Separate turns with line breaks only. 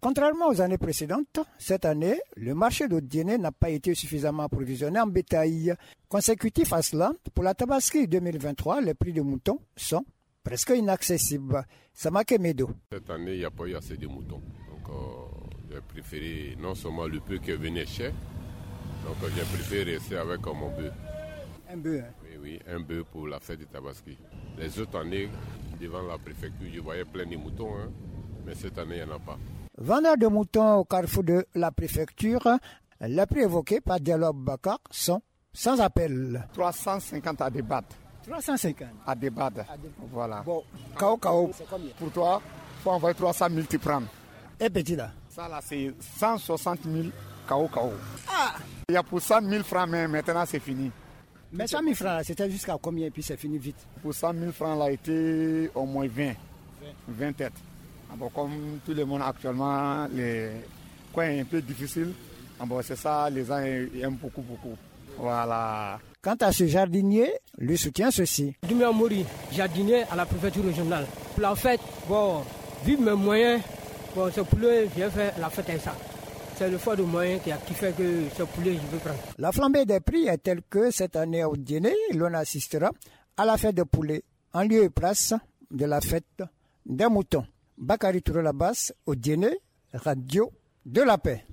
Contrairement aux années précédentes, cette année, le marché de Diéné n'a pas été suffisamment approvisionné en bétail. Consécutif à cela, pour la Tabaski 2023, les prix de moutons sont presque inaccessibles. Samake Medo.
Cette année, il n'y a pas eu assez de moutons. Donc, euh, j'ai préféré non seulement le peu qui venait cher, donc euh, j'ai préféré rester avec euh, mon bœuf.
Un bœuf. hein.
Oui, oui, un bœuf pour la fête de Tabaski. Les autres années, devant la préfecture, je voyais plein de moutons, hein, mais cette année, il n'y en a pas.
Vendeur de moutons au carrefour de la préfecture, les prix évoqués par Dialogue Bakar sont sans appel.
350 à débattre.
350.
À débattre. Voilà.
Bon, KO KO. C'est combien
Pour toi, faut envoyer 300 000, tu prends.
Et petit là
Ça, là, c'est 160 000 KO, KO. Il y a pour 100 000 francs, mais maintenant, c'est fini.
Mais 100 000 francs, là, c'était jusqu'à combien et puis c'est fini vite
Pour 100 000 francs, là, il était au moins 20. 20 têtes. Ah bon, comme tout le monde actuellement, les coins est un peu difficile. Ah bon, c'est ça, les gens ils aiment beaucoup, beaucoup. Voilà.
Quant à ce jardinier, lui soutient ceci.
Dumia Mori, jardinier à la préfecture régionale. Pour la fête, bon, vu mes moyens, bon, ce poulet, je vais faire la fête avec ça. C'est le foie de moyens qui a qui fait que ce poulet, je vais prendre.
La flambée des prix est telle que cette année au dîner, l'on assistera à la fête de poulet en lieu et place de la fête des moutons. Bakari Touré Labas au dîner, radio de la paix.